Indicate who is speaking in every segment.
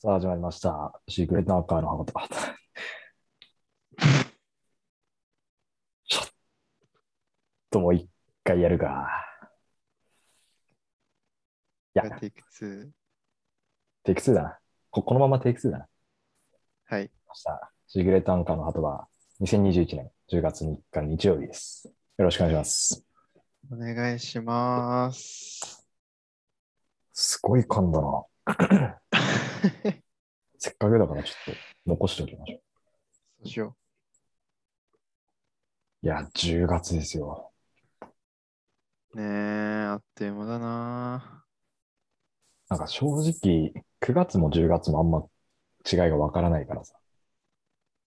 Speaker 1: さあ、始まりました。シークレットアンカーの箱と。ちょっともう一回やるか。いや、
Speaker 2: テイク2。
Speaker 1: テイク2だな。ここのままテイク2だな。
Speaker 2: はい。
Speaker 1: ました。シークレットアンカーの鳩は2021年10月3日日曜日です。よろしくお願いします。
Speaker 2: お願いします。
Speaker 1: すごい噛んだな。せっかくだからちょっと残しておきましょう。
Speaker 2: そうしよ
Speaker 1: いや、10月ですよ。
Speaker 2: う。ねえ、あっという間だな。
Speaker 1: なんか正直、9月も10月もあんま違いがわからないからさ。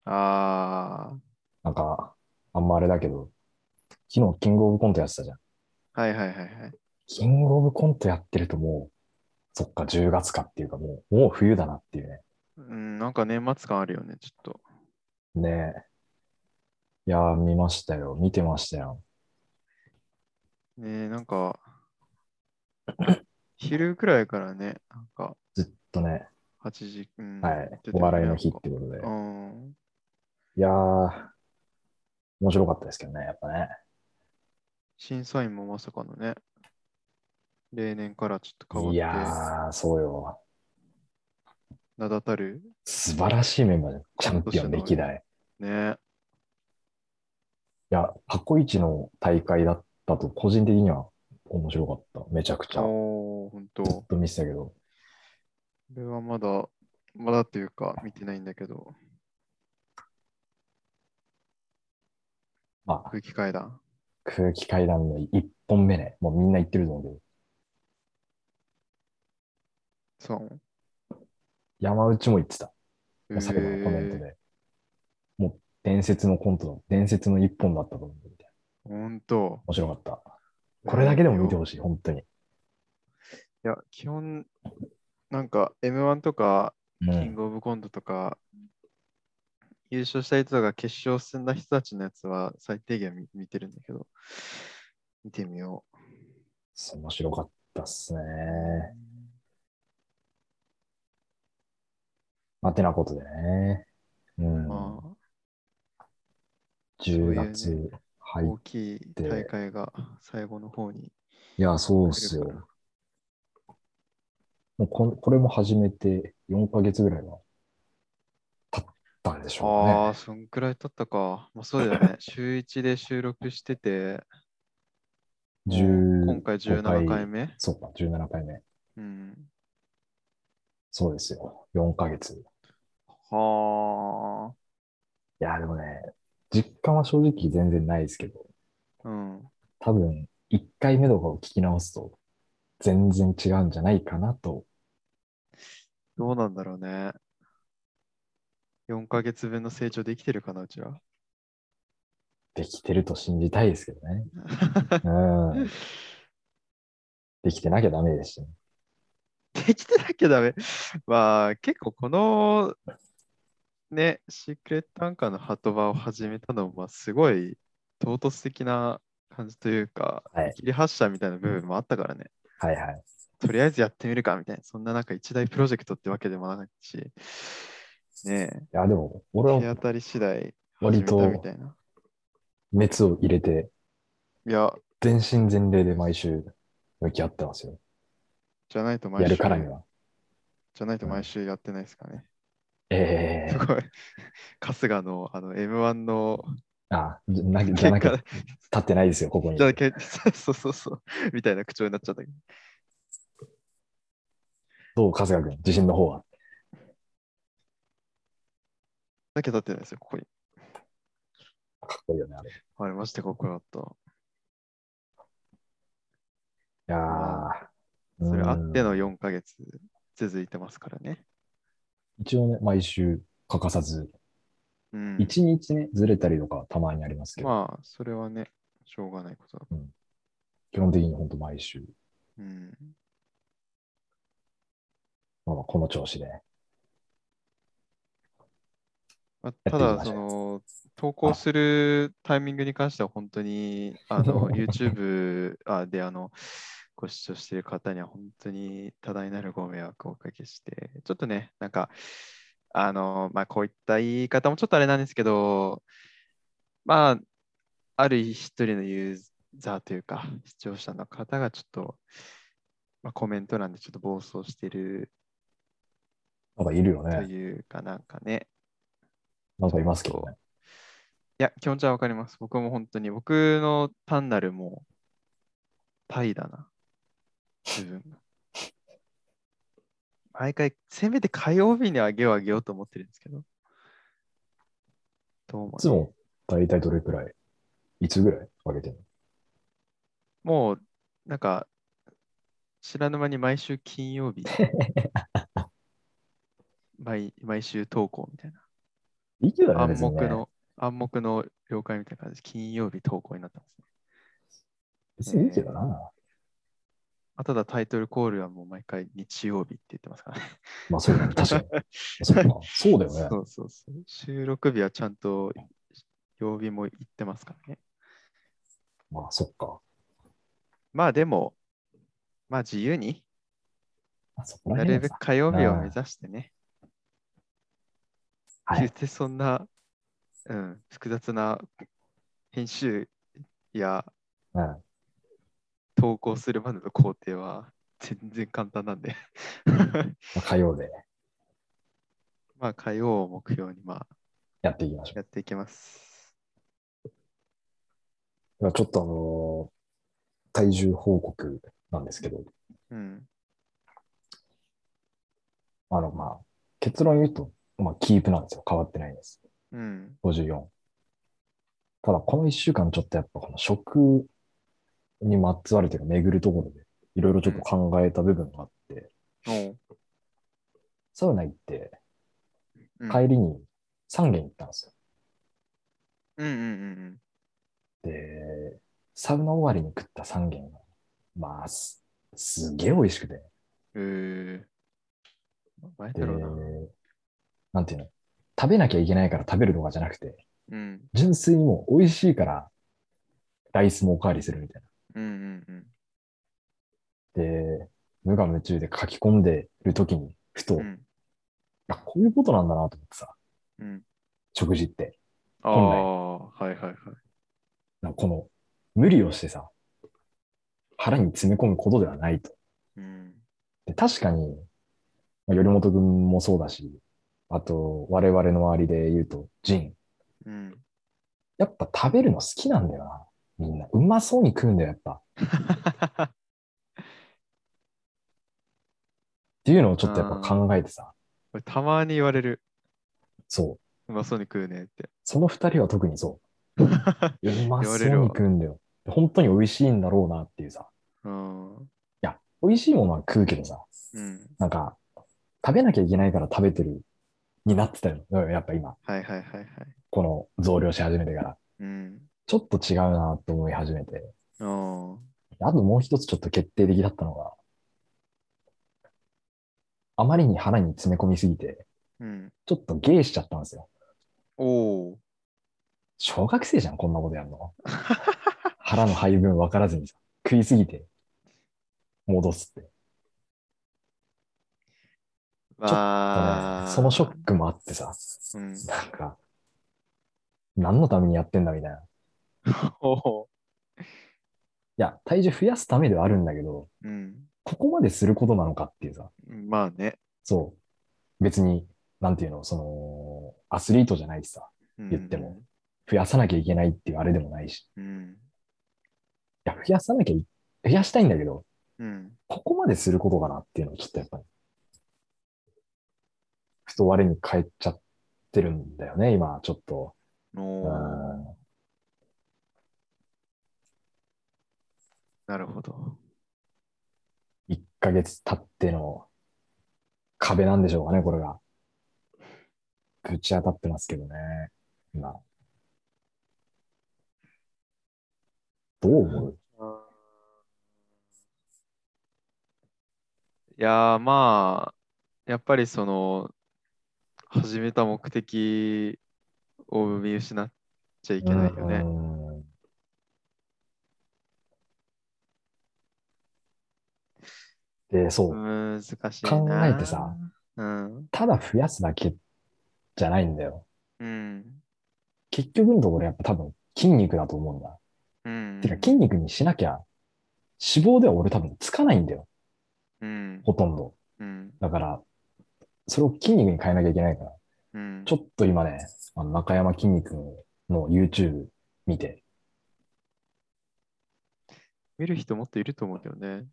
Speaker 2: あ
Speaker 1: なんか、あんまあれだけど、昨日キングオブコントやってたじゃん。
Speaker 2: あ、はいはいはいはい。
Speaker 1: キングオブコントやってるともう、そっか、10月かっていうか、もう、もう冬だなっていうね。
Speaker 2: うん、なんか年末感あるよね、ちょっと。
Speaker 1: ねえ。いやー、見ましたよ。見てましたよ。
Speaker 2: ねえ、な んか、昼くらいからね、なんか、
Speaker 1: ずっとね、
Speaker 2: 8時、うん、
Speaker 1: はい
Speaker 2: 出てくる。
Speaker 1: お
Speaker 2: ね
Speaker 1: 笑いの日ってことで
Speaker 2: な。んか
Speaker 1: いやー、面白かったですけどね、やっぱね。
Speaker 2: 審査員もまさかのね、例年からちょっと変わ
Speaker 1: い
Speaker 2: って、
Speaker 1: やー、そうよ。
Speaker 2: 名だたる、
Speaker 1: 素晴らしいメンバーで、チャンピオン歴代。
Speaker 2: ね
Speaker 1: いや、箱一の大会だったと、個人的には面白かった。めちゃくちゃ。
Speaker 2: おお、本当。
Speaker 1: ずっと見てたけど。
Speaker 2: これはまだ、まだっていうか見てないんだけど、
Speaker 1: まあ、
Speaker 2: 空気階段。
Speaker 1: 空気階段の一本目ね。もうみんな言ってると思うけど。
Speaker 2: そう。
Speaker 1: 山内も言ってた。
Speaker 2: え
Speaker 1: さっきのコメント
Speaker 2: ー、
Speaker 1: で。もう伝説のコントだ。伝説の一本だったと思うんで。
Speaker 2: ほんと。
Speaker 1: 面白かった。これだけでも見てほしい、本当に。
Speaker 2: いや、基本、なんか M1 とか、
Speaker 1: う
Speaker 2: キン
Speaker 1: ん、
Speaker 2: グオブコントとか、優勝した人とか決勝進んだ人たちのやつは最低限見見てるんだけど、見てみよ
Speaker 1: 面白かったっすね。
Speaker 2: う。
Speaker 1: まあ、てなことでね。うん。
Speaker 2: まあ、
Speaker 1: 10月入っ
Speaker 2: 大きい大会が最後の方に。
Speaker 1: いや、そうっすよ。もうここれも始めて4ヶ月ぐらいは経ったんでしょうね。
Speaker 2: ああ、そんくらい経ったか。まあ、そうだ よね。週1で収録してて、
Speaker 1: 10
Speaker 2: 今回17回目。
Speaker 1: そうか、17回目。
Speaker 2: うん。
Speaker 1: そうですよ。4ヶ月。
Speaker 2: はい
Speaker 1: や、でもね、実感は正直全然ないですけど、
Speaker 2: あ。うん。
Speaker 1: 多分、1回目とかを聞き直すと、全然違うんじゃないかなと。
Speaker 2: どうなんだろうね。4ヶ月分の成長できてるかな、うちら。
Speaker 1: できてると信じたいですけど ね。うん。できてなきゃダメですしね。
Speaker 2: できてなきゃダメ。 まあ、結構この、ね、シークレットアンカーのハトバを始めたのも、まあ、すごい唐突的な感じというか、
Speaker 1: はい
Speaker 2: 切り発車みたいな部分もあったからね。
Speaker 1: はいはい。
Speaker 2: とりあえずやってみるかみたいな、そんななんか一大プロジェクトってわけでもなかったし、ねえ、
Speaker 1: いや、でも、俺
Speaker 2: 手
Speaker 1: は
Speaker 2: 当たり次第始
Speaker 1: 割
Speaker 2: めた
Speaker 1: と
Speaker 2: みたいな。
Speaker 1: 熱を入れて、
Speaker 2: いや、
Speaker 1: 全身全霊で毎週向き合ってますよ。
Speaker 2: じゃないと毎週
Speaker 1: やるからには。
Speaker 2: じゃないと毎週やってないですかね。
Speaker 1: ええ
Speaker 2: すごい。春日のあの M1 の
Speaker 1: あ、じゃなじゃ
Speaker 2: 結
Speaker 1: なきゃ
Speaker 2: 果
Speaker 1: 立、ってないですよ、ここに。
Speaker 2: じゃなきゃ、 そうそうそう、みたいな口調になっちゃったけど。
Speaker 1: どう、春日君、自信の方は。
Speaker 2: だけ立ってないですよ、ここに。
Speaker 1: かっこいいよね、あれ。い
Speaker 2: あれ、マジでかっこよかった。
Speaker 1: やー
Speaker 2: それあ
Speaker 1: うん
Speaker 2: っての4ヶ月続いてますからね。
Speaker 1: 一応ね、毎週欠かさず、
Speaker 2: うん。
Speaker 1: 一日ね、ずれたりとかたまにありますけど、
Speaker 2: まあ、それはね、しょうがないことだ。
Speaker 1: 基本的に本当毎週、
Speaker 2: うん。
Speaker 1: まあ、まあこの調子で。や
Speaker 2: まあ、
Speaker 1: って
Speaker 2: た
Speaker 1: いきま
Speaker 2: だ、
Speaker 1: しょう
Speaker 2: その、投稿するタイミングに関しては、本当に、あの、YouTube あで、あの、ご視聴している方には本当に多大なるご迷惑をおかけして、ちょっとね、なんか、あの、まあ、こういった言い方もちょっとあれなんですけど、まあ、ある一人のユーザーというか、視聴者の方がちょっと、まあ、コメント欄でちょっと暴走している
Speaker 1: なんかいるよ
Speaker 2: と
Speaker 1: ね。
Speaker 2: いうかなんかね、
Speaker 1: なんかいますけどね。
Speaker 2: いや、気持ちはわかります。僕も本当に、僕の単なるもう、怠惰な自分 が。毎回、せめて火曜日にあげようあげようと思ってるんですけど。どうも
Speaker 1: い、つも大体どれくらいいつぐらい上げてる
Speaker 2: もう、なんか、知らぬ間に毎週金曜日毎、毎週投稿みたいな。
Speaker 1: のいいけどね。
Speaker 2: 暗
Speaker 1: 別にね
Speaker 2: 黙の、暗黙の了解みたいな感じで、金曜日投稿になったんですね。
Speaker 1: 別にいいけどな。
Speaker 2: まあ、ただタイトルコールはもう毎回日曜日って言ってますからね。
Speaker 1: まあそうだね。確か に。そうだなそうだよね
Speaker 2: そ。うそうそう。収録日はちゃんと曜日も行ってますからね。
Speaker 1: まあそっか。
Speaker 2: まあでも、まあ自由に、
Speaker 1: あそこら
Speaker 2: な
Speaker 1: 辺
Speaker 2: る
Speaker 1: は
Speaker 2: べ
Speaker 1: さ
Speaker 2: く火曜日を目指してね。
Speaker 1: はい
Speaker 2: 言ってそんな、うん、複雑な編集や
Speaker 1: うん
Speaker 2: 投稿するまでの工程は全然簡単なんで。
Speaker 1: まあ火曜で
Speaker 2: まあ火曜を目標にまあ
Speaker 1: やっていきましょう。
Speaker 2: やっていきます。
Speaker 1: ではちょっとあのー体重報告なんですけど、
Speaker 2: うん。
Speaker 1: あの、まあ、結論言うと、まあ、キープなんですよ。変わってないんです。
Speaker 2: うん。
Speaker 1: 54。ただ、この1週間ちょっとやっぱこの食にまつわるというか、巡るところで、いろいろちょっと考えた部分があって、
Speaker 2: おう
Speaker 1: サウナ行って、
Speaker 2: うん
Speaker 1: 帰りに3軒行ったんです
Speaker 2: うんうんうん
Speaker 1: よ。で、サウナ終わりに食った3軒が、まあ、す、すげえ美味しくて、
Speaker 2: うん。えー。前
Speaker 1: で
Speaker 2: だろうな。、
Speaker 1: なんていうの、食べなきゃいけないから食べるとかじゃなくて、
Speaker 2: うん。
Speaker 1: 純粋にもう美味しいから、ライスもおかわりするみたい
Speaker 2: うんうんうん。
Speaker 1: な。で、無我夢中で書き込んでるときに、ふと、
Speaker 2: うん
Speaker 1: あ、こういうことなんだなと思ってさ、
Speaker 2: うん。
Speaker 1: 食事って。
Speaker 2: ああ、はいはいはい。
Speaker 1: なんかこの、無理をしてさ、腹に詰め込むことではないと。
Speaker 2: うん。
Speaker 1: で確かに、まあ、頼本君もそうだし、あと、我々の周りで言うと、ジン。
Speaker 2: うん。
Speaker 1: やっぱ食べるの好きなんだよな。みんな。うまそうに食うんだよ、やっぱ。っていうのをちょっとやっぱ考えてさ、
Speaker 2: 俺たまに言われる。
Speaker 1: そう。
Speaker 2: うまそうに食うねって。
Speaker 1: その二人は特にそう。うまそうに食うんだよ。本当に美味しいんだろうなっていうさ。
Speaker 2: うん。う
Speaker 1: いや、美味しいものは食うけどさ、
Speaker 2: ん。
Speaker 1: なんか、食べなきゃいけないから食べてるになってたよ。うんやっぱ今、
Speaker 2: はいはいはいはい。
Speaker 1: この増量し始めてから。
Speaker 2: うん。
Speaker 1: ちょっと違うなと思い始めて。
Speaker 2: あ
Speaker 1: あともう一つちょっと決定的だったのが、あまりに腹に詰め込みすぎて、
Speaker 2: あ。うん。
Speaker 1: ちょっとゲイしちゃったんですよ。
Speaker 2: おお。
Speaker 1: 小学生じゃん、こんなことやんの。腹の配分分からずにさ、食いすぎて、戻すって。
Speaker 2: まあ、
Speaker 1: そのショックもあってさ、
Speaker 2: うん。
Speaker 1: なんか、何のためにやってんだみたいな。い
Speaker 2: おお。
Speaker 1: や、体重増やすためではあるんだけど、
Speaker 2: うん。
Speaker 1: ここまですることなのかっていうさ、
Speaker 2: まあね。
Speaker 1: そう。別に、なんていうの、その、アスリートじゃないしさ、
Speaker 2: うん
Speaker 1: 言っても。増やさなきゃいけないっていうあれでもないし、
Speaker 2: うん。
Speaker 1: いや、増やさなきゃい、増やしたいんだけど、
Speaker 2: うん。
Speaker 1: ここまですることかなっていうのをちょっとやっぱり、ふと我に返っちゃってるんだよね、今、ちょっと。
Speaker 2: お
Speaker 1: う
Speaker 2: お。
Speaker 1: ん
Speaker 2: なるほど。
Speaker 1: 1ヶ月経っての壁なんでしょうかね、これが。ぶち当たってますけどね、今。どう思う
Speaker 2: いやーまあやっぱりその始めた目的を見失っちゃいけないよね。
Speaker 1: うんで、そう、
Speaker 2: 難しいな。
Speaker 1: 考えてさ。
Speaker 2: うん。
Speaker 1: ただ増やすだけじゃないんだよ。
Speaker 2: うん。
Speaker 1: 結局のところやっぱ多分筋肉だと思うんだ。
Speaker 2: うん。
Speaker 1: てか筋肉にしなきゃ脂肪では俺多分つかないんだよ。
Speaker 2: うん。
Speaker 1: ほとんど。
Speaker 2: うん。
Speaker 1: だから、それを筋肉に変えなきゃいけないから。
Speaker 2: うん。
Speaker 1: ちょっと今ね、あの中山きんに君の YouTube 見て
Speaker 2: 見る人もっといると思うけどね。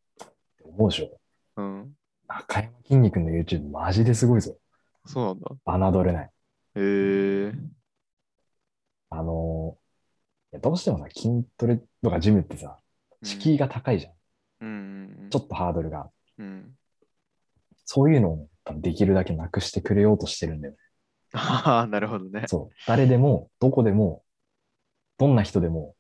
Speaker 1: 思うでしょ。
Speaker 2: うん。
Speaker 1: 中山きんに君の YouTube マジですごいぞ。
Speaker 2: そうなんだ。
Speaker 1: 侮れない。
Speaker 2: へえ
Speaker 1: あのーいやどうしてもさ、筋トレとかジムってさ、敷居が高いじゃん。
Speaker 2: うんうんうん。
Speaker 1: ちょっとハードルが。
Speaker 2: うん。
Speaker 1: そういうのを多分できるだけなくしてくれようとしてるんだよね。
Speaker 2: ああ、なるほどね。
Speaker 1: そう。誰でも、どこでも、どんな人でも、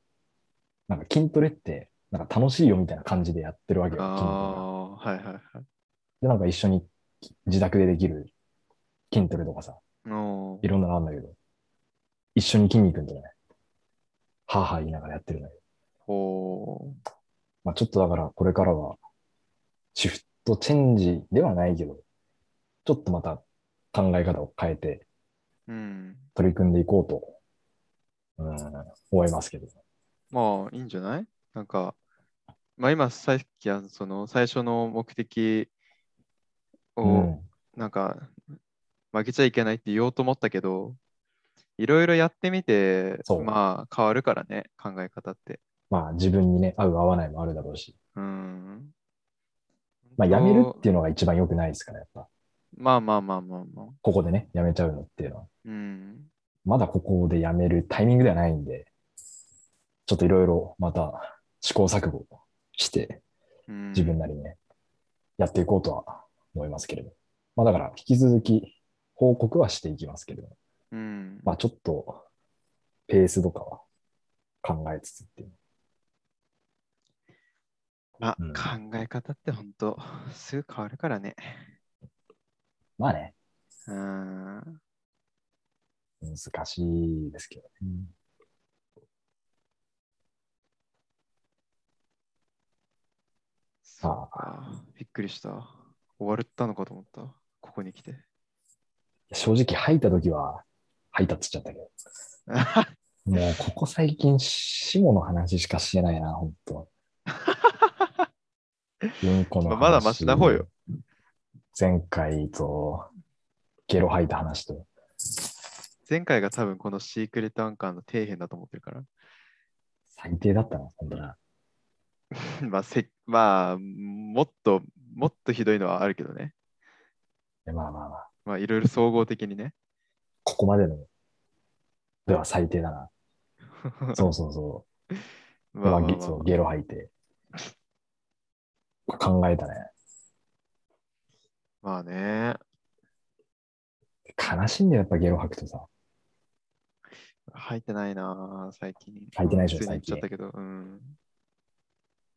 Speaker 1: なんか筋トレって、なんか楽しいよみたいな感じでやってるわけよ。筋トレが
Speaker 2: ああー、はいはいはい。
Speaker 1: で、なんか一緒に自宅でできる筋トレとかさ、
Speaker 2: お
Speaker 1: いろんなのあるんだけど、一緒に筋肉とかね、はぁはぁ言いながらやってるんだけど、
Speaker 2: お
Speaker 1: まあちょっとだからこれからは、シフトチェンジではないけど、ちょっとまた考え方を変えて
Speaker 2: うん。
Speaker 1: 取り組んでいこうと、うん、思いますけど。
Speaker 2: まあ、いいんじゃないなんか、まあ今、さっきはその最初の目的
Speaker 1: う
Speaker 2: を、
Speaker 1: ん、
Speaker 2: なんか、負けちゃいけないって言おうと思ったけど、いろいろやってみて
Speaker 1: そ、う
Speaker 2: まあ変わるからね、考え方って。
Speaker 1: まあ自分にね、合う合わないもあるだろうし、
Speaker 2: うん。
Speaker 1: まあやめるっていうのが一番良くないですから、やっぱ。
Speaker 2: まあまあまあまあまあ。
Speaker 1: ここでね、やめちゃうのっていうのは。
Speaker 2: うん。
Speaker 1: まだここでやめるタイミングではないんで、ちょっといろいろまた試行錯誤して、
Speaker 2: うん
Speaker 1: 自分なりにね、やっていこうとは思いますけれど。まあだから引き続き報告はしていきますけれど、
Speaker 2: うん。
Speaker 1: まあちょっとペースとかは考えつつっていう。
Speaker 2: まあ、
Speaker 1: うん
Speaker 2: 考え方って本当すぐ変わるからね。
Speaker 1: まあね、
Speaker 2: うん。
Speaker 1: 難しいですけどね。さあ、
Speaker 2: あーびっくりした。終わったのかと思った。ここに来て。
Speaker 1: 正直吐いた時は吐いたっつっちゃったけど。もうここ最近、下の話しかしてないな、本 当。うんこの話。
Speaker 2: まだマシな方よ。
Speaker 1: 前回と、ゲロ吐いた話と。
Speaker 2: 前回が多分このシークレットアンカーの底辺だと思ってるから。
Speaker 1: 最低だったな、本当な。
Speaker 2: まあせ、まあ、もっと、もっとひどいのはあるけどね。
Speaker 1: でまあまあまあ、
Speaker 2: まあ、いろいろ総合的にね。
Speaker 1: ここまでの、では最低だ な。そうそうそ
Speaker 2: ま
Speaker 1: う。ま
Speaker 2: あまあ
Speaker 1: あ
Speaker 2: まあ
Speaker 1: そうゲロ吐いて。考えたね。
Speaker 2: まあね。
Speaker 1: 悲しいんだよ、やっぱゲロ吐くとさ。
Speaker 2: 入ってないな、最近。
Speaker 1: 入ってないでしょ
Speaker 2: 普通に言
Speaker 1: 最
Speaker 2: っ
Speaker 1: 近
Speaker 2: ちゃったけど。うん。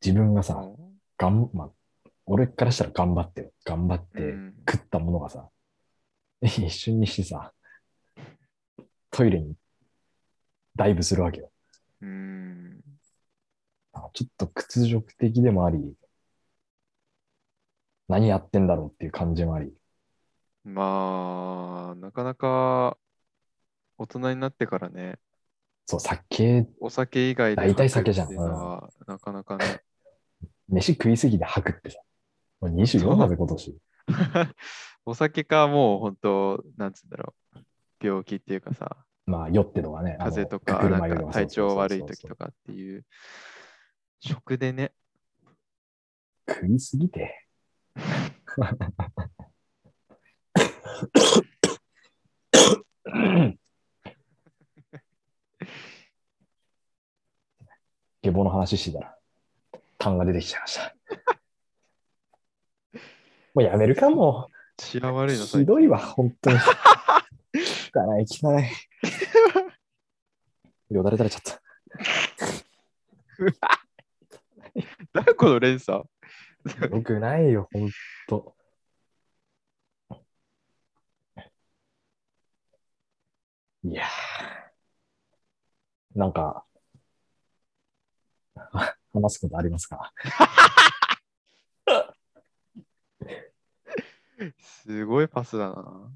Speaker 1: 自分がさ、
Speaker 2: も
Speaker 1: がん、まあ、俺からしたら頑張ってよ。頑張っ
Speaker 2: うう
Speaker 1: て、
Speaker 2: ん
Speaker 1: 食ったものがさ、一瞬にしてさ、トイレにダイブするわけよ。
Speaker 2: うん。
Speaker 1: なんかちょっと屈辱的でもあり、何やってんだろうっていう感じもあり、
Speaker 2: まあ、なかなか大人になってからね、
Speaker 1: そう、酒、
Speaker 2: お酒以外で
Speaker 1: 大体酒じゃん
Speaker 2: 吐くっていうのはなかなかね。
Speaker 1: 飯食いすぎて吐くってさ、もう24だぜ今年。
Speaker 2: お酒かもう本当、なんつうんだろう、病気っていうかさ、
Speaker 1: まあ、酔ってとかね、あの
Speaker 2: 風邪とか、
Speaker 1: ククル
Speaker 2: な
Speaker 1: マ
Speaker 2: ん
Speaker 1: ヨと
Speaker 2: か体調悪い
Speaker 1: そ
Speaker 2: 時
Speaker 1: うそうそう
Speaker 2: とかっていう、食でね、
Speaker 1: そう食いすぎて。下ボの話してたら、痰が出てきちゃいました。もうやめるかも。
Speaker 2: 血が悪いの
Speaker 1: ひ どいわ、本当に。 汚い、汚い。よだれ垂れちゃった。
Speaker 2: 最近何この連鎖
Speaker 1: よくないよ、ほんと。いやーなんか、 あ話すことありますか
Speaker 2: すごいパスだな。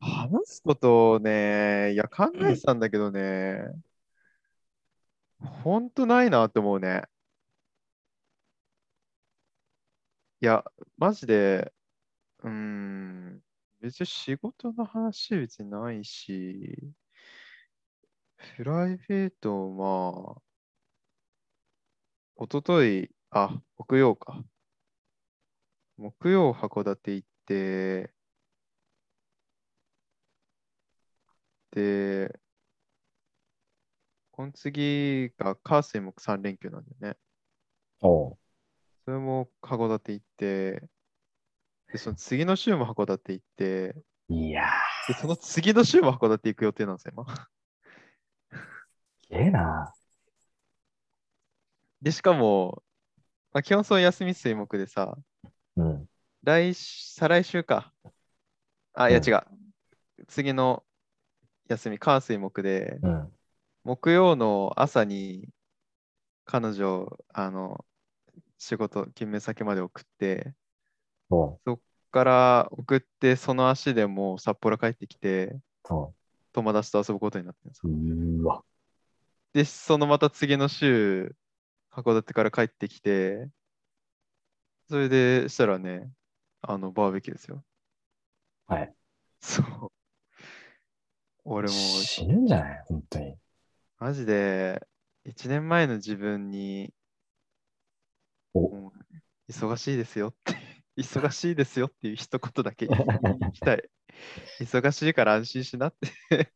Speaker 2: 話すことをね、いや、考えてたんだけどね、ほんとないなって思うね。いや、マジで、うーん、別に仕事の話別にないし、プライベートまあ、一昨日あ、木曜か。木曜函館行って、で、この次が火水木3連休なんだよね。
Speaker 1: おう。
Speaker 2: それも函館行って、で、その次の週も函館行って、
Speaker 1: いや
Speaker 2: で、その次の週も函館行く予定なんですよ、今。
Speaker 1: ー、ええな。
Speaker 2: で、しかも、まあ、基本その休み水木でさ、
Speaker 1: うん。
Speaker 2: 来し、再来週か。あ、いや
Speaker 1: うん
Speaker 2: 違う。次の休み、火水木で、
Speaker 1: うん。
Speaker 2: 木曜の朝に彼女、あの、仕事、勤務先まで送って、
Speaker 1: おう。
Speaker 2: から送って、その足でもう札幌帰ってきて、
Speaker 1: お
Speaker 2: 友達と遊ぶことになってるんです
Speaker 1: う。うーわ。
Speaker 2: で、そのまた次の週、函館から帰ってきて、それでしたらね、あの、バーベキューですよ。
Speaker 1: はい。
Speaker 2: そう。俺も、
Speaker 1: 死ぬんじゃない本当に。
Speaker 2: マジで、1年前の自分に、
Speaker 1: お
Speaker 2: もう忙しいですよって、 忙しいですよっていう一言だけ言いたい。忙しいから安心しなって。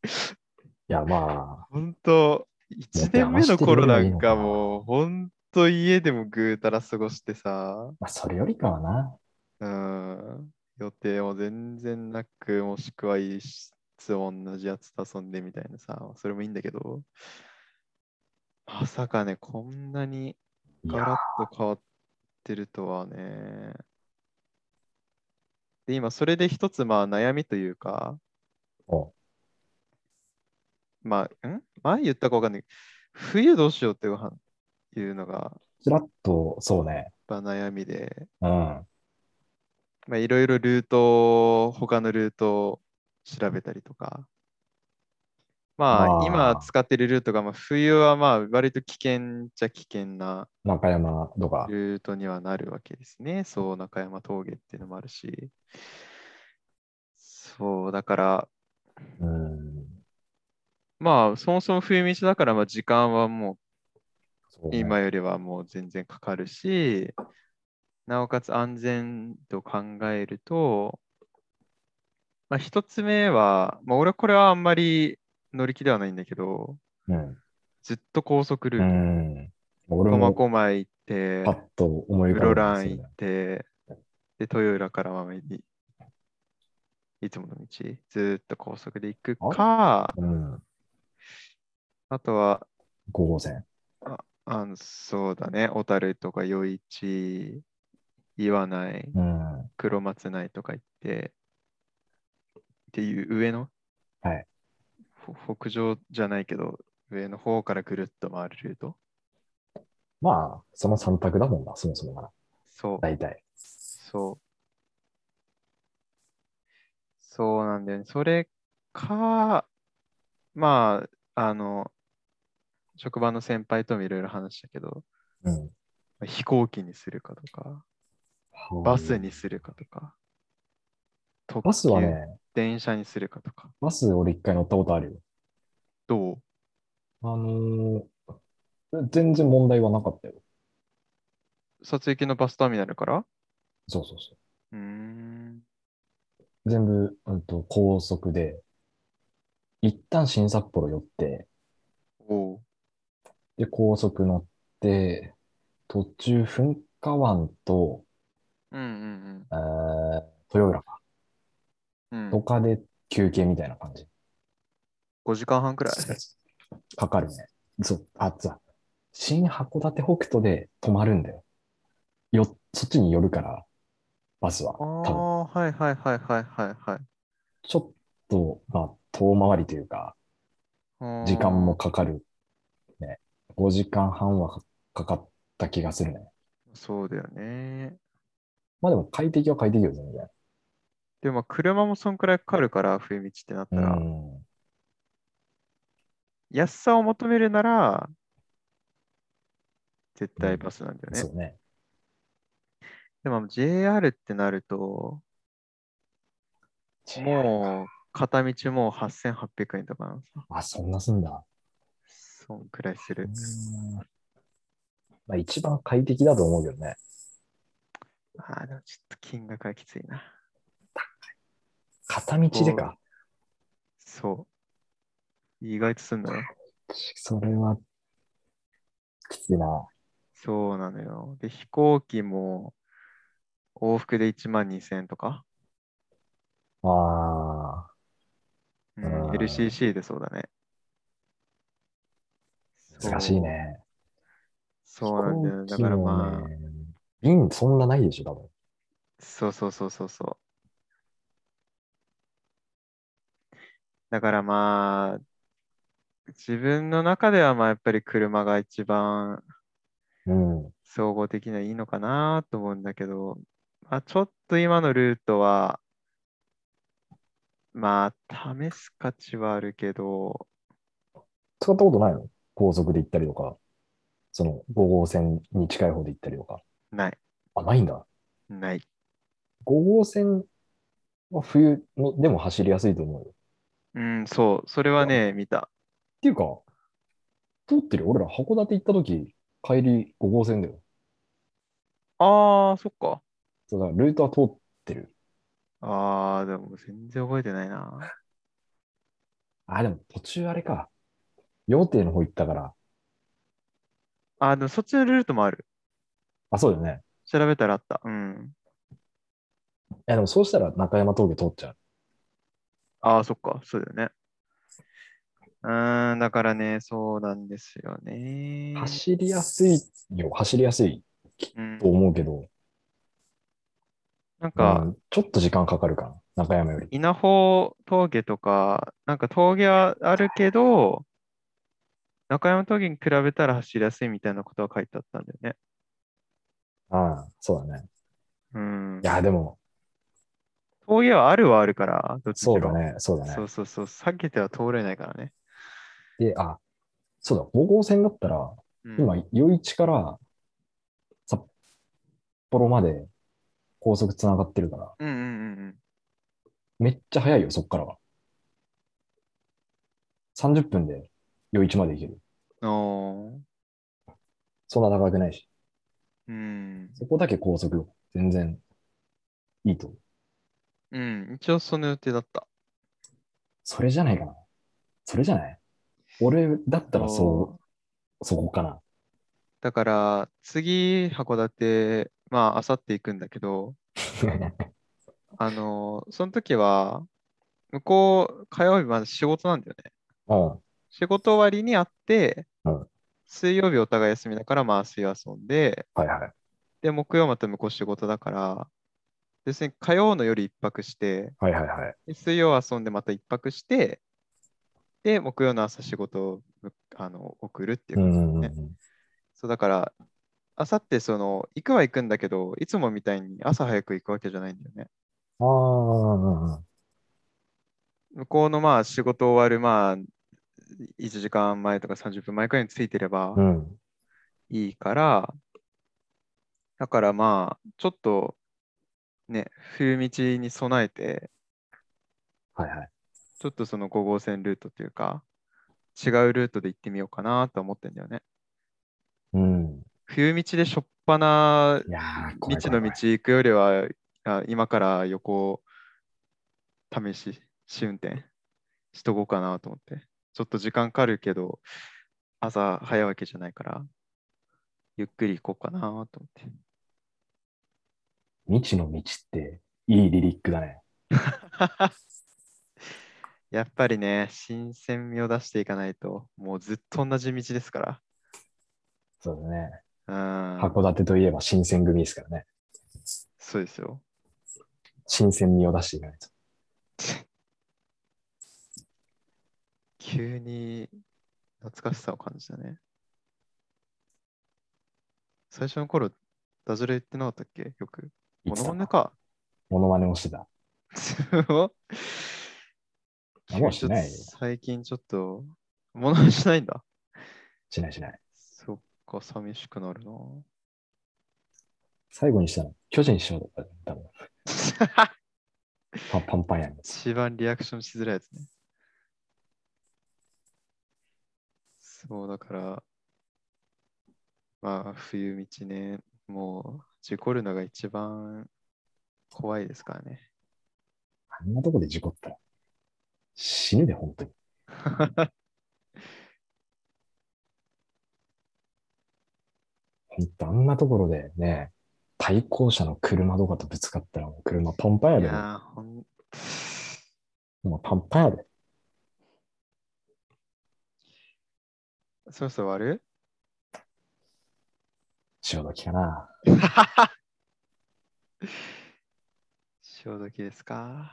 Speaker 1: いや、ま
Speaker 2: 本当、1年目の頃なんかもう、本当家でもぐうたら過ごしてさ、
Speaker 1: あ、まあ、それよりかはな。
Speaker 2: うん、予定も全然なく、もしくは一室同じやつと遊んでみたいなさ、それもいいんだけど、まさかね、こんなに
Speaker 1: い
Speaker 2: ガラ
Speaker 1: や、
Speaker 2: ッと変わってるとはね。で、今、それで一つ、まあ、悩みというか、
Speaker 1: おう。
Speaker 2: まあ、ん前言ったかわかんない。冬どうしようっていうはいうのが、
Speaker 1: ちらっと、そうね。
Speaker 2: まあ、悩みで、
Speaker 1: うん。
Speaker 2: まあ、いろいろルートを、他のルートを調べたりとか、
Speaker 1: ま
Speaker 2: まあ、
Speaker 1: あ
Speaker 2: 今使ってるルートが、まあ、冬はまあ、割と危険っちゃ危険な
Speaker 1: 中山とか。
Speaker 2: ルートにはなるわけですね。そう、中山峠っていうのもあるし。そう、だから、
Speaker 1: うん。
Speaker 2: まあ、そもそも冬道だから、まあ、時間はもう
Speaker 1: そうね
Speaker 2: 今よりはもう全然かかるし、なおかつ安全と考えると、まあ、一つ目は、まあ、俺はこれはあんまり乗り気ではないんだけど、
Speaker 1: うん。
Speaker 2: ずっと高速ル
Speaker 1: う
Speaker 2: ート、
Speaker 1: ん。俺
Speaker 2: 苫
Speaker 1: も
Speaker 2: 小牧行って
Speaker 1: パ、ッと思い浮
Speaker 2: 室
Speaker 1: かぶ
Speaker 2: 蘭
Speaker 1: ん
Speaker 2: 行
Speaker 1: で
Speaker 2: っ。て、で、豊浦からはにいつもの道、ずっと高速で行くか、
Speaker 1: うん。
Speaker 2: あとは、
Speaker 1: 五号線。
Speaker 2: あのそうだね、小樽とか余市、岩内、
Speaker 1: うん。
Speaker 2: 黒松内とか行って、っていう上の、
Speaker 1: はい
Speaker 2: ほ北上じゃないけど、上の方からぐるっと回るルート。
Speaker 1: まあ、その三択だもんな、そもそもがな。
Speaker 2: そう、
Speaker 1: 大体。
Speaker 2: そう。そうなんだよね。それか、まあ、あの、職場の先輩ともいろいろ話したけど、
Speaker 1: うん。
Speaker 2: 飛行機にするかとか、バス。にするかとか、特
Speaker 1: バスは
Speaker 2: 急
Speaker 1: ね、
Speaker 2: 電車にするかとか、
Speaker 1: バス俺一回乗ったことあるよ。
Speaker 2: どう
Speaker 1: あのー全然問題はなかったよ。
Speaker 2: 撮影機のバスターミナルから
Speaker 1: そうそうそう
Speaker 2: ーん。
Speaker 1: う。全部、うんと、高速で、一旦新札幌寄って、
Speaker 2: おう。
Speaker 1: で、高速乗って、途中、噴火湾と、
Speaker 2: うんうん
Speaker 1: えー、豊浦か
Speaker 2: うん。う
Speaker 1: と
Speaker 2: ん、
Speaker 1: かで休憩みたいな感じ。
Speaker 2: 5時間半くらい。
Speaker 1: かかるね。そう、あ、じゃあ新函館北斗で泊まるんだよ。よ、そっちに寄るから、バスは。
Speaker 2: あ
Speaker 1: 多分、
Speaker 2: あ、はいはいはいはいはいはい
Speaker 1: ちょっと、まあ、遠回りというか、
Speaker 2: あー。
Speaker 1: 時間もかかる。ね。5時間半はかかかった気がするね。
Speaker 2: そうだよね。
Speaker 1: まあでも快適は快適よ、全然。
Speaker 2: でもまあ車もそんくらいかかるから、冬道ってなった
Speaker 1: う
Speaker 2: ら。
Speaker 1: ん。
Speaker 2: 安さを求めるなら、絶対バスなんだよね。
Speaker 1: そうね。
Speaker 2: でも JR ってなると、もう片道もう8800円とかなんですよ
Speaker 1: あ、そんなすんだ。
Speaker 2: そんくらいする。
Speaker 1: まあ一番快適だと思うけどね。
Speaker 2: ああ、でもちょっと金額はきついな。
Speaker 1: 片道でか。
Speaker 2: そう。意外とすんだね。
Speaker 1: それは、きついな。
Speaker 2: そうなのよ。で、飛行機も往復で1万2000円とか、
Speaker 1: ああ、
Speaker 2: う
Speaker 1: あ
Speaker 2: ん、
Speaker 1: ー
Speaker 2: LCC でそうだね。そう
Speaker 1: 難しい。ね。
Speaker 2: そうなんだよ。
Speaker 1: 飛行
Speaker 2: だ
Speaker 1: 機
Speaker 2: から
Speaker 1: も
Speaker 2: まあ、
Speaker 1: ね、便そんなないでしょ、多分。
Speaker 2: そうそうそうそうそう。だからまあ、自分の中ではまあやっぱり車が一番
Speaker 1: うん。
Speaker 2: 総合的にはいいのかなと思うんだけど、まあ、ちょっと今のルートは、まあ、試す価値はあるけど、
Speaker 1: 使ったことないの高速で行ったりとか、その5号線に近い方で行ったりとか。
Speaker 2: ない、
Speaker 1: あ、ないんだ。
Speaker 2: ない。
Speaker 1: 5号線は冬のでも走りやすいと思うよ。っ
Speaker 2: うん、そう、それはね、見た。
Speaker 1: ていうか、通ってるよ俺ら函館行った時、帰り5号線だよ。
Speaker 2: ああ、そっか。
Speaker 1: そうだからルートは通ってる。
Speaker 2: ああ、でも全然覚えてないな。
Speaker 1: あ、でも途中あれか。羊蹄の方行ったから。
Speaker 2: ああ、でもそっちのルートもある。
Speaker 1: あ、そうだよね。
Speaker 2: 調べたらあった。うん。
Speaker 1: いや、でもそうしたら中山峠通っちゃう。
Speaker 2: ああ、そっか、そうだよね。うーん、だからね、そうなんですよね。
Speaker 1: 走りやすいよ。走りやすい
Speaker 2: うん
Speaker 1: と、思うけど、
Speaker 2: なん
Speaker 1: う
Speaker 2: か、
Speaker 1: ん、ちょっと時間かかるかな。中山より。
Speaker 2: 稲穂峠とか、なんか峠はあるけど、中山峠に比べたら走りやすいみたいなことは書いてあったんだよね。
Speaker 1: ああ、そうだね。
Speaker 2: うん
Speaker 1: い。や、でも、
Speaker 2: 峠はあるはあるから、どっちに
Speaker 1: そ
Speaker 2: し
Speaker 1: うだ
Speaker 2: ろ。
Speaker 1: ね。そうだね
Speaker 2: そ。うそうそう、避けては通れないからね。
Speaker 1: で、あ、そうだ、5号線だったら、
Speaker 2: うん
Speaker 1: 今、余市から札幌まで高速つながってるから、
Speaker 2: うんうんうん
Speaker 1: めっちゃ早いよ、そっからは。30分で余市まで行ける。
Speaker 2: うん。お
Speaker 1: そんな長くないし。
Speaker 2: ーうん。
Speaker 1: そこだけ高速よ。全然いいと思う。
Speaker 2: うん。一応その予定だった。
Speaker 1: それじゃないかな。それじゃない俺だったらそう、そこかな。
Speaker 2: だから、次、函館、まあ、あさって行くんだけど、あのーその時は、向こう、火曜日まで仕事なんだよね。
Speaker 1: うん。
Speaker 2: 仕事終わりに会って、
Speaker 1: うん
Speaker 2: 水曜日お互い休みだから、まあ、水遊んで、
Speaker 1: はいはい。
Speaker 2: で、木曜また向こう仕事だから、別に火曜の夜一泊して、
Speaker 1: はいはいはい。
Speaker 2: で水曜遊んでまた一泊して、で、木曜の朝仕事をむあの送るっていう
Speaker 1: うん
Speaker 2: 感じ、
Speaker 1: うんうんう
Speaker 2: ね
Speaker 1: ん。
Speaker 2: そうだから、あさって、その、行くは行くんだけど、いつもみたいに朝早く行くわけじゃないんだよね。
Speaker 1: ああ、うんうんうん。
Speaker 2: 向こうのまあ仕事終わるまあ1時間前とか30分前くらいについてれば
Speaker 1: うん。
Speaker 2: いいから、だからまあちょっとね、冬道に備えて、
Speaker 1: はいはい。
Speaker 2: ちょっとその5号線ルートというか、違うルートで行ってみようかなと思ってんだよね。
Speaker 1: うん。
Speaker 2: 冬道でしょっぱない
Speaker 1: やー、
Speaker 2: 道
Speaker 1: 怖い怖い
Speaker 2: の道
Speaker 1: 怖い
Speaker 2: 行くよりは、あ今から横試し、試運転しとこうかなと思って。ちょっと時間かかるけど、朝早いわけじゃないから、ゆっくり行こうかなと思って。
Speaker 1: 未知の道っていいリリックだね。
Speaker 2: やっぱりね、新鮮味を出していかないと、もうずっと同じ道ですから。
Speaker 1: そうだね。
Speaker 2: うん、
Speaker 1: 函館といえば新選組ですからね。
Speaker 2: そうですよ。
Speaker 1: 新鮮味を出していかないと。
Speaker 2: 急に懐かしさを感じたね。最初の頃、ダジャレ言ってなかったっけよく。
Speaker 1: 言っ
Speaker 2: モ
Speaker 1: て
Speaker 2: ノ
Speaker 1: た
Speaker 2: マネか。
Speaker 1: モノマネもしてた。
Speaker 2: も
Speaker 1: あもうしないよ
Speaker 2: 最近ちょっと、モノマネしないんだ。
Speaker 1: しないしない。
Speaker 2: そっか、寂しくなるな。
Speaker 1: 最後にしたの、巨人師匠だったね多分パパンパンやん。
Speaker 2: 一番リアクションしづらいやつね。そう、だから、まあ、冬道ね、もう、事故るのが一番怖いですからね。
Speaker 1: あんなとこで事故ったら、死ぬで、本当に。 本当あんなところでね、対向車の車とかとぶつかったら、もう車パンパンや
Speaker 2: い
Speaker 1: で。
Speaker 2: やーほん、
Speaker 1: もうパンパンやで。
Speaker 2: そろそろ終わる潮
Speaker 1: 潮時かな。
Speaker 2: 時ですか。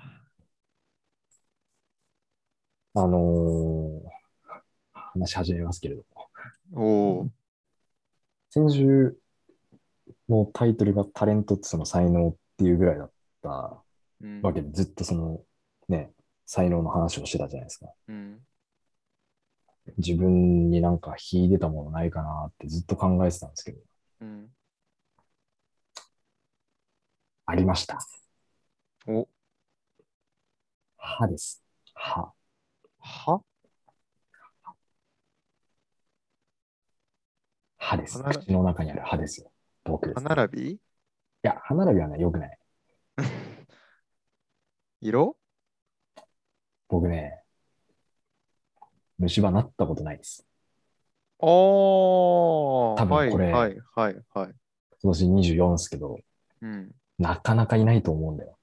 Speaker 1: あのー話し始めますけれども。
Speaker 2: おお。
Speaker 1: 先週のタイトルがタレントってその才能っていうぐらいだった
Speaker 2: うん
Speaker 1: わけで、ずっとそのね、才能の話をしてたじゃないですか。
Speaker 2: うん。
Speaker 1: 自分になんか秀でたものないかなってずっと考えてたんですけど、
Speaker 2: うん。
Speaker 1: ありました。
Speaker 2: お、
Speaker 1: 歯です。歯。
Speaker 2: は
Speaker 1: 歯です。
Speaker 2: 歯並び
Speaker 1: 口の中にある歯ですよ。僕です。
Speaker 2: 歯
Speaker 1: い
Speaker 2: 並び
Speaker 1: や、歯並びはね、良くない。
Speaker 2: 色
Speaker 1: 僕ね、虫歯なったことないです。
Speaker 2: おー
Speaker 1: 多分これ
Speaker 2: はいはいはいはい。
Speaker 1: 今年24ですけど、
Speaker 2: うん。
Speaker 1: なかなかいないと思うんだよ。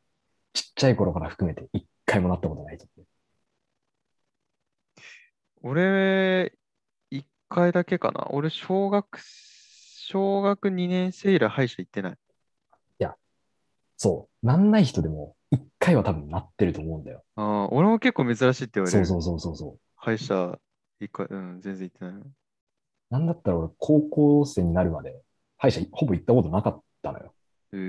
Speaker 1: ちっちゃい頃から含めて一回もなったことないと思う。
Speaker 2: 俺、一回だけかな。俺、小学、小学2年生以来歯医者行ってない。
Speaker 1: そう。なんない人でも一回は多分なってると思うんだよ。
Speaker 2: ああ、俺も結構珍しいって言われ
Speaker 1: そう
Speaker 2: る。
Speaker 1: そうそうそうそう。
Speaker 2: 歯医者、一回、うん、全然行ってない。
Speaker 1: なんだったら俺、高校生になるまで、歯医者ほぼ行ったことなかったのよ。
Speaker 2: へえ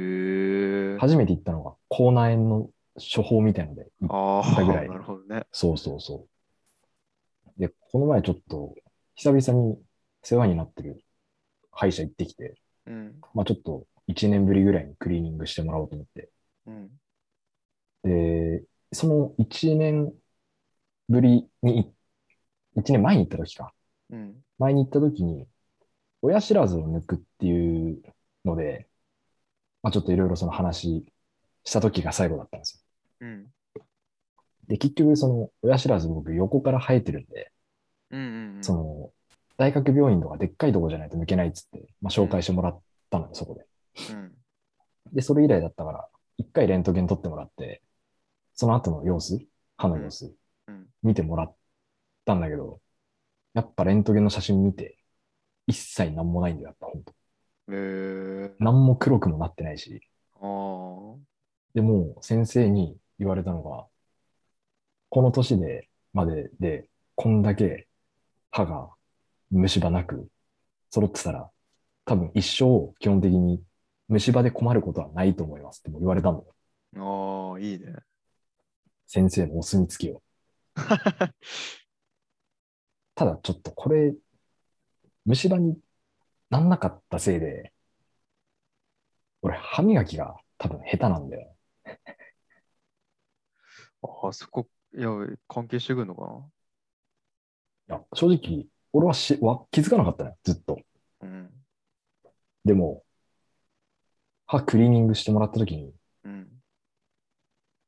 Speaker 2: ー。
Speaker 1: 初めて行ったのが、口内炎の処方みたいので。
Speaker 2: あ
Speaker 1: た
Speaker 2: あ、
Speaker 1: ぐらい
Speaker 2: なるほどね。
Speaker 1: そうそうそう。で、この前ちょっと、久々に世話になってる歯医者行ってきて、
Speaker 2: うん。
Speaker 1: まあちょっと1年ぶりぐらいにクリーニングしてもらおうと思って。
Speaker 2: うん。
Speaker 1: で、その1年ぶりに、1年前に行った時か。
Speaker 2: うん。
Speaker 1: 前に行った時に、親知らずを抜くっていうので、まあ、ちょっといろいろその話した時が最後だったんです
Speaker 2: うん。
Speaker 1: よ。で、結局その親知らず僕横から生えてるんで、
Speaker 2: うん。うん。うん
Speaker 1: その大学病院とかでっかいとこじゃないと抜けないっつって、まあ、紹介してもらったのよ、そこで。
Speaker 2: うん。
Speaker 1: で、それ以来だったから、一回レントゲン取ってもらって、その後の様子、歯の様子、
Speaker 2: うん。
Speaker 1: 見てもらったんだけど、やっぱレントゲンの写真見て、一切何もないんだよ、やっぱ本当。
Speaker 2: へえー。
Speaker 1: 何も黒くもなってないし。
Speaker 2: ああ。
Speaker 1: でも、先生に言われたのが、この年で、までで、こんだけ歯が虫歯なく揃ってたら、多分一生基本的に虫歯で困ることはないと思いますっても言われたの。
Speaker 2: ああ、い いね。
Speaker 1: 先生のお墨付きを。ただちょっとこれ、虫歯になんなかったせいで、俺歯磨きが多分下手なんだよ。
Speaker 2: ああ、そこ、いや、関係してくるのか
Speaker 1: いや正直、俺はしわ気づかなかったのよ、ずっと。
Speaker 2: なうん。
Speaker 1: でも、歯クリーニングしてもらった時に、
Speaker 2: うん。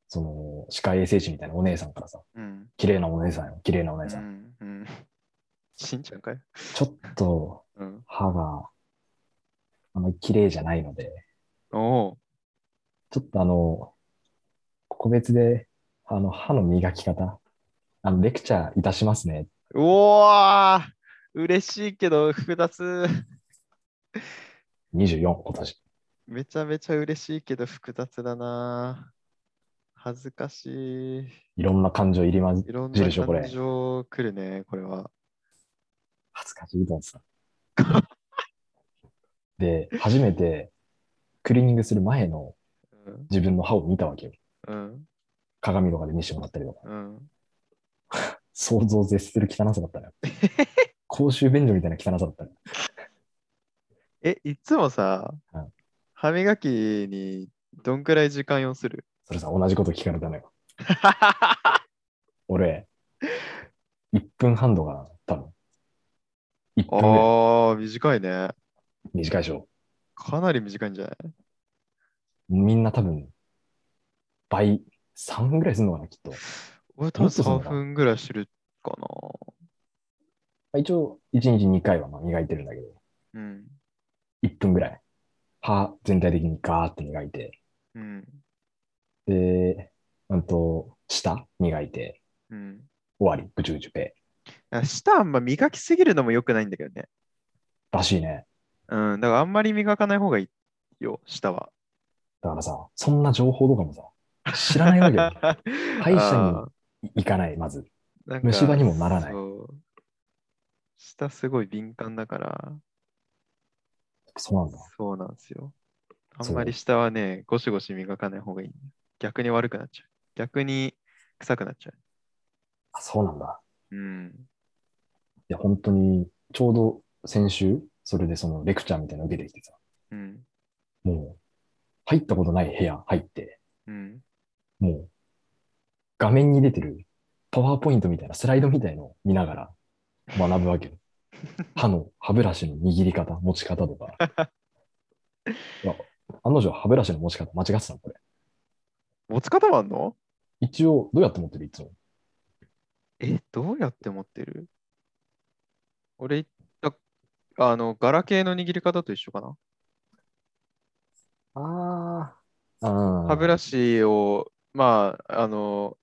Speaker 1: その、歯科衛生士みたいなお姉さんからさ、
Speaker 2: うん。
Speaker 1: 綺麗なお姉さんよ、綺麗なお姉さん。
Speaker 2: うん。うん。しんちゃんかい
Speaker 1: ちょっと
Speaker 2: うん。
Speaker 1: 歯が、あんまり綺麗じゃないので、
Speaker 2: おお
Speaker 1: ちょっとあの、個別で、あの、歯の磨き方、あの、レクチャーいたしますね。
Speaker 2: うおー嬉しいけど、複雑。
Speaker 1: 24、今年。
Speaker 2: めちゃめちゃ嬉しいけど、複雑だな。恥ずかしい。
Speaker 1: いろんな感情入りまじ
Speaker 2: い、ろん
Speaker 1: いい
Speaker 2: な
Speaker 1: でしょこれ
Speaker 2: 感情来るね、これは。
Speaker 1: 恥ずかしいと思ってた。 で、初めて、クリーニングする前の
Speaker 2: うん
Speaker 1: 自分の歯を見たわけよ。
Speaker 2: うん
Speaker 1: 鏡とかで見せてもらったりとか。
Speaker 2: うん
Speaker 1: 想像を絶する汚さだったね。公衆便所みたいな汚さだったね。
Speaker 2: え、いつもさ
Speaker 1: うん、
Speaker 2: 歯磨きにどんくらい時間要する
Speaker 1: それさ、同じこと聞かれたのよ。
Speaker 2: あ
Speaker 1: 俺、1分半とかな、多分。1分ぐらい
Speaker 2: あ、短いね。
Speaker 1: 短いでしょ。
Speaker 2: かなり短いんじゃない
Speaker 1: みんな多分、倍、3ぐらいするのかな、きっと。ま
Speaker 2: 俺多分
Speaker 1: もっとすんの
Speaker 2: 3
Speaker 1: か
Speaker 2: 分ぐらいしてるか
Speaker 1: あ、一応、1日2回はまあ磨いてるんだけど、
Speaker 2: な。うん。
Speaker 1: 1分ぐらい。歯全体的にガーって磨いて、
Speaker 2: うん。
Speaker 1: で、うんと、舌磨いて、
Speaker 2: うん。
Speaker 1: 終わり、ぐちゅぐちゅペ
Speaker 2: あ舌あんま磨きすぎるのも良くないんだけどね。
Speaker 1: ー。らしいね。
Speaker 2: うん。だからあんまり磨かない方がいいよ、舌は。
Speaker 1: だからさ、そんな情報とかもさ、知らないわけよ。 歯医者に
Speaker 2: あ
Speaker 1: 行かない、まず。
Speaker 2: ーなんか
Speaker 1: 虫歯にもならない
Speaker 2: そう舌すごい敏感だから、
Speaker 1: そうなんだ。
Speaker 2: そうなんですよ。あん
Speaker 1: そう
Speaker 2: まり舌はね、ゴシゴシ磨かない方がいいんだよ。逆に悪くなっちゃう。逆に臭くなっちゃ
Speaker 1: あ、そうなんだ。
Speaker 2: う。うん。
Speaker 1: いや、本当に、ちょうど先週、それでそのレクチャーみたいなの受けてきてさ、
Speaker 2: うん。
Speaker 1: もう、入ったことない部屋入って、
Speaker 2: うん。
Speaker 1: もう、画面に出てるパワーポイントみたいなスライドみたいのを見ながら学ぶわけよ。歯の、歯ブラシの握り方、持ち方とか。いや、案の定歯ブラシの持ち方間違ってたの、これ。
Speaker 2: 持ち方もあんの
Speaker 1: 一応、どうやって持ってるいつも。
Speaker 2: え、どうやって持ってる俺、だあの、ガラケーの握り方と一緒かな。
Speaker 1: ああ。ああ。
Speaker 2: 歯ブラシを、まあ、あの、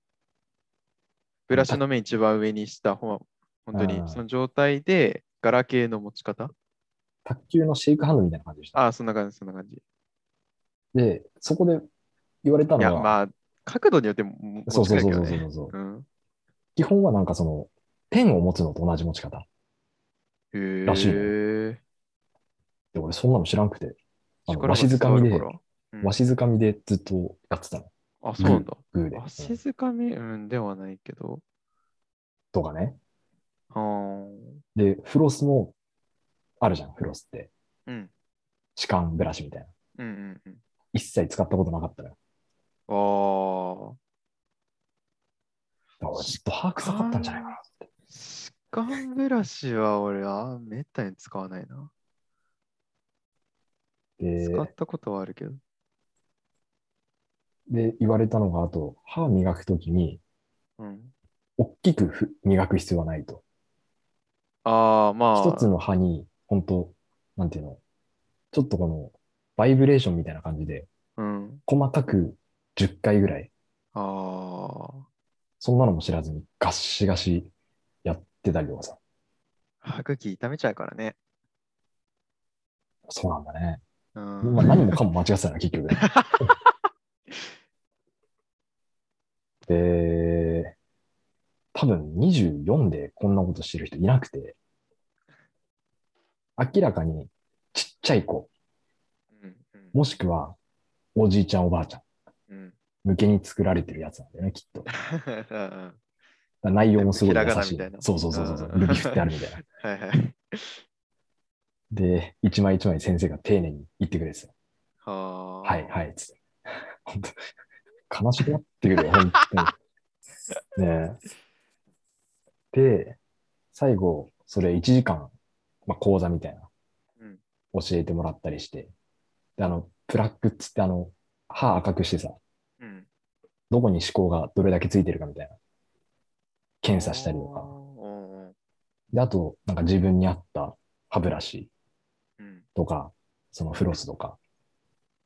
Speaker 2: ブラシの面一番上にした、ほん本当
Speaker 1: あー
Speaker 2: にその状態で、ガラケーの持ち方
Speaker 1: 卓球のシェイクハンドみたいな感じでした。
Speaker 2: ああ、そんな感じ、そんな感じ。
Speaker 1: で、そこで言われた
Speaker 2: い
Speaker 1: の
Speaker 2: や、
Speaker 1: は、
Speaker 2: まあ、角度によってもも
Speaker 1: そう
Speaker 2: 持ち
Speaker 1: そう
Speaker 2: 替え
Speaker 1: そ
Speaker 2: る
Speaker 1: う
Speaker 2: け
Speaker 1: そ
Speaker 2: ど
Speaker 1: うそうそ
Speaker 2: ね。
Speaker 1: う。
Speaker 2: うん。
Speaker 1: 基本はなんかその、ペンを持つのと同じ持ち方。
Speaker 2: へ
Speaker 1: らしいね
Speaker 2: ぇ。
Speaker 1: で、俺そんなの知らなくて、あの
Speaker 2: 力が
Speaker 1: わしづかみで
Speaker 2: 伝わるからうん
Speaker 1: わしづかみでずっとやってたの。
Speaker 2: あ、そうなんだ。
Speaker 1: グーで。
Speaker 2: わし
Speaker 1: うん
Speaker 2: づかみ、うん、ではないけど。
Speaker 1: とかね。
Speaker 2: あー
Speaker 1: で、フロスもあるじゃん、フロスって。
Speaker 2: うん。
Speaker 1: 歯間ブラシみたいな。
Speaker 2: うんうんうん。
Speaker 1: 一切使ったことなかったのよ。
Speaker 2: ああ。
Speaker 1: だから俺ちょっと歯臭かったんじゃないかな。
Speaker 2: 歯間ブラシは俺はめったに使わないな。
Speaker 1: で
Speaker 2: 使ったことはあるけど。
Speaker 1: で、言われたのが、あと、歯磨くときに、
Speaker 2: うん。
Speaker 1: 大きくふ磨く必要はないと。
Speaker 2: ああ、まあ。
Speaker 1: 一つの歯に、本当なんていうの、ちょっとこの、バイブレーションみたいな感じで、
Speaker 2: うん。
Speaker 1: 細かく10回ぐらい、
Speaker 2: ああ。
Speaker 1: そんなのも知らずにガッシガシやってたりとかさ。
Speaker 2: 歯茎痛めちゃうからね。
Speaker 1: そうなんだね。
Speaker 2: う
Speaker 1: まあ、
Speaker 2: ん。
Speaker 1: 何もかも間違ってたな、 結局。で、多分24でこんなことしてる人いなくて、明らかにちっちゃい子、
Speaker 2: うんうん
Speaker 1: もしくはおじいちゃんおばあちゃん
Speaker 2: うん。
Speaker 1: 向けに作られてるやつなんだよね、きっと。だか
Speaker 2: は
Speaker 1: ら内容もすごい
Speaker 2: ひらが
Speaker 1: 優
Speaker 2: な
Speaker 1: しい。
Speaker 2: みたいな
Speaker 1: そうそうそうそうう。
Speaker 2: ん
Speaker 1: ルビ振ってあるみたいな。
Speaker 2: いはい。
Speaker 1: で、一枚一枚先生が丁寧に言ってくれてた。
Speaker 2: は
Speaker 1: はい、はい、つって。本当悲しくなってくるよ、本当に。ねえで、最後、それ1時間、まあ、講座みたいな、
Speaker 2: うん
Speaker 1: 教えてもらったりして、で、あの、プラックっつって、あの、歯赤くしてさ、
Speaker 2: うん。
Speaker 1: どこに歯垢がどれだけついてるかみたいな、検査したりと
Speaker 2: あ
Speaker 1: か、
Speaker 2: ーうんうん
Speaker 1: で、あと、なんか自分に合った歯ブラシ
Speaker 2: うん
Speaker 1: とか、そのフロスとか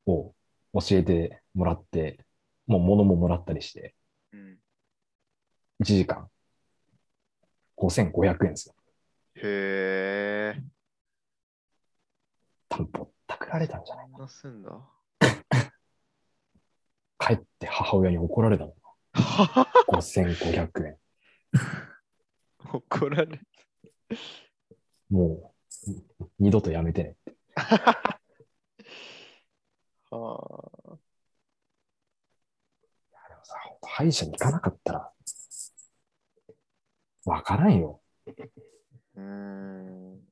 Speaker 1: を教えてもらって、もう物ももらったりして、
Speaker 2: うん
Speaker 1: 1時間5500円ですよ。
Speaker 2: へえ。
Speaker 1: 多分ぼったくられたんじゃない
Speaker 2: こんなすんだ。
Speaker 1: 帰って母親に怒られ たの。5500円。
Speaker 2: 怒られる。
Speaker 1: もう、二度とやめてね。
Speaker 2: はあ。
Speaker 1: さ、ほんと歯医者に行かなかったら、わからんよ。
Speaker 2: うーん。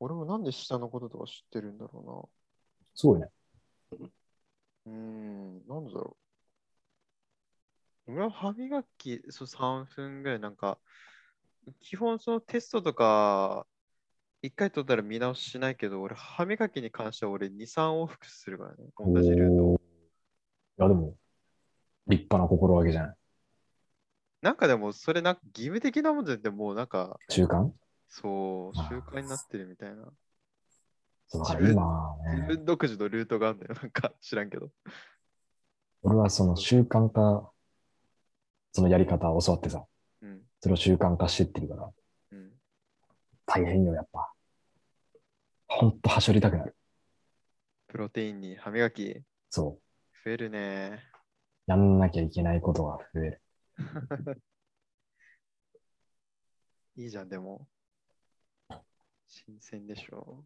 Speaker 2: 俺もなんで下のこととか知ってるんだろ
Speaker 1: すごいね。
Speaker 2: うな。うーん、なんでだろう。俺は歯磨き、そう3分ぐらいなんか、基本そのテストとか、1回取ったら見直ししないけど、俺歯磨きに関しては俺2、3往復するからね。同じルートを。
Speaker 1: おーいや、でも、立派な心がけじゃない。
Speaker 2: なんかでもそれなんか義務的なもんじゃなくて、もうなんか、
Speaker 1: 習慣
Speaker 2: そう、
Speaker 1: あー
Speaker 2: 習慣になってるみたいな。
Speaker 1: そうだから今、
Speaker 2: 自
Speaker 1: ね、
Speaker 2: 分独自のルートがあるんだよ。なんか 知らんけど。
Speaker 1: 俺はその習慣化、そのやり方を教わってさ、
Speaker 2: うん。
Speaker 1: それを習慣化してってるから、
Speaker 2: うん。
Speaker 1: 大変よ、やっぱ。ほんと、はしょりたくなる。
Speaker 2: プロテインに歯磨き
Speaker 1: そう。
Speaker 2: 増えるね。
Speaker 1: やんなきゃいけないことが増える。
Speaker 2: いいじゃん、でも。新鮮でしょ。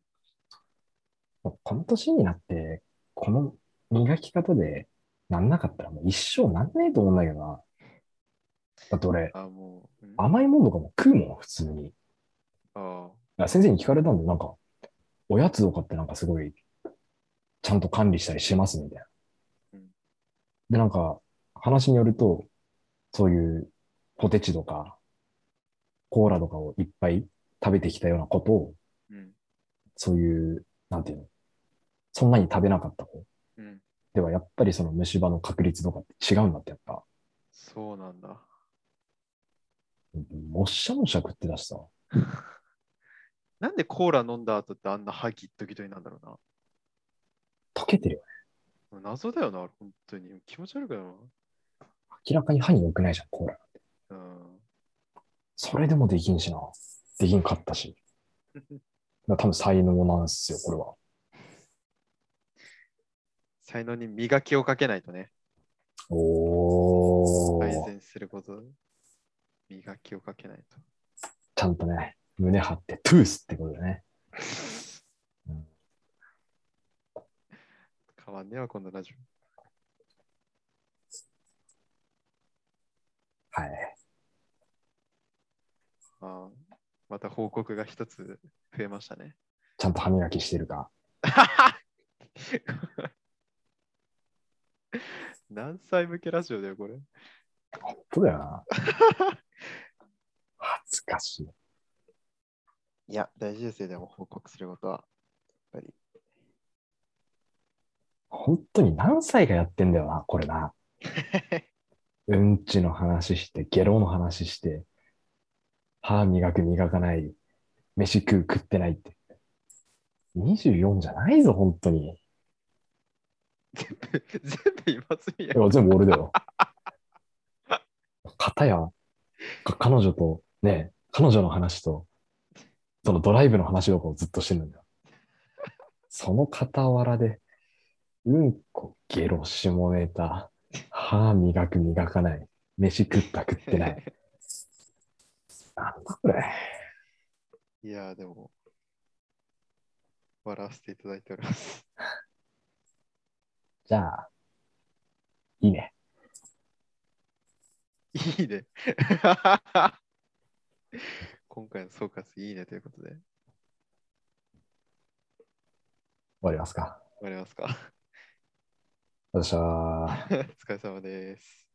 Speaker 1: もうこの年になって、この磨き方でなんなかったらもう一生なんねえと思うんだけどな。だって俺、
Speaker 2: あ、もう。んあ
Speaker 1: 甘いもんとかも食うもん、普通に。
Speaker 2: あ。
Speaker 1: あ先生に聞かれたんで、なんか、おやつとかってなんかすごい、ちゃんと管理したりしてますみたいな
Speaker 2: うん。
Speaker 1: で、なんか、話によると、そういうポテチとか、コーラとかをいっぱい食べてきたようなことを、
Speaker 2: うん。
Speaker 1: そういう、なんていうの、そんなに食べなかった子
Speaker 2: うん。
Speaker 1: では、やっぱりその虫歯の確率とかって違うんだって、やっぱ。
Speaker 2: そうなんだ。
Speaker 1: もっしゃもっしゃ食ってたしさ。
Speaker 2: なんでコーラ飲んだ後ってあんな歯ギットギトになんだろう
Speaker 1: 溶けてるよね。
Speaker 2: な。謎だよな、本当に。気持ち悪くなる
Speaker 1: 明らかに歯に良くないじゃん、コーラ。
Speaker 2: な。うん。
Speaker 1: それでもできんしな。できんかったし。だから多分才能なんすよ、これは。
Speaker 2: 才能に磨きをかけないとね。
Speaker 1: お
Speaker 2: 改
Speaker 1: ー。
Speaker 2: 善すること。磨きをかけないと。
Speaker 1: ちゃんとね、胸張って、トゥースってことでね。
Speaker 2: 変わんねえわ、今度ラジオ。
Speaker 1: はい。
Speaker 2: ああまた報告が一つ増えましたね。
Speaker 1: ちゃんと歯磨きしてるか。
Speaker 2: 何歳向けラジオだよ、これ。
Speaker 1: 本当だよな。恥ずかしい。
Speaker 2: いや、大事ですよ、でも報告すること は。
Speaker 1: 本当に何歳がやってんだよな、これな。うんちの話して、ゲロの話して、歯磨く磨かない、飯食う食ってないって。24じゃないぞ、本当に。
Speaker 2: 全部今すみや
Speaker 1: い。や、全部俺だよ。かたや、か彼女と、ね、彼女の話と、そのドライブの話とかをずっとしてるんだよ。その傍らで、うんこ、ゲロ、下ネタ、歯磨く、磨かない、飯食った、食ってない。なんだこれ。
Speaker 2: いや、でも、笑わせていただいております。
Speaker 1: じゃあ、いいね。
Speaker 2: いいね。 今回の総括いいねということで、終
Speaker 1: 終わりますか。
Speaker 2: わりますか。
Speaker 1: 私は、
Speaker 2: お疲れ様です。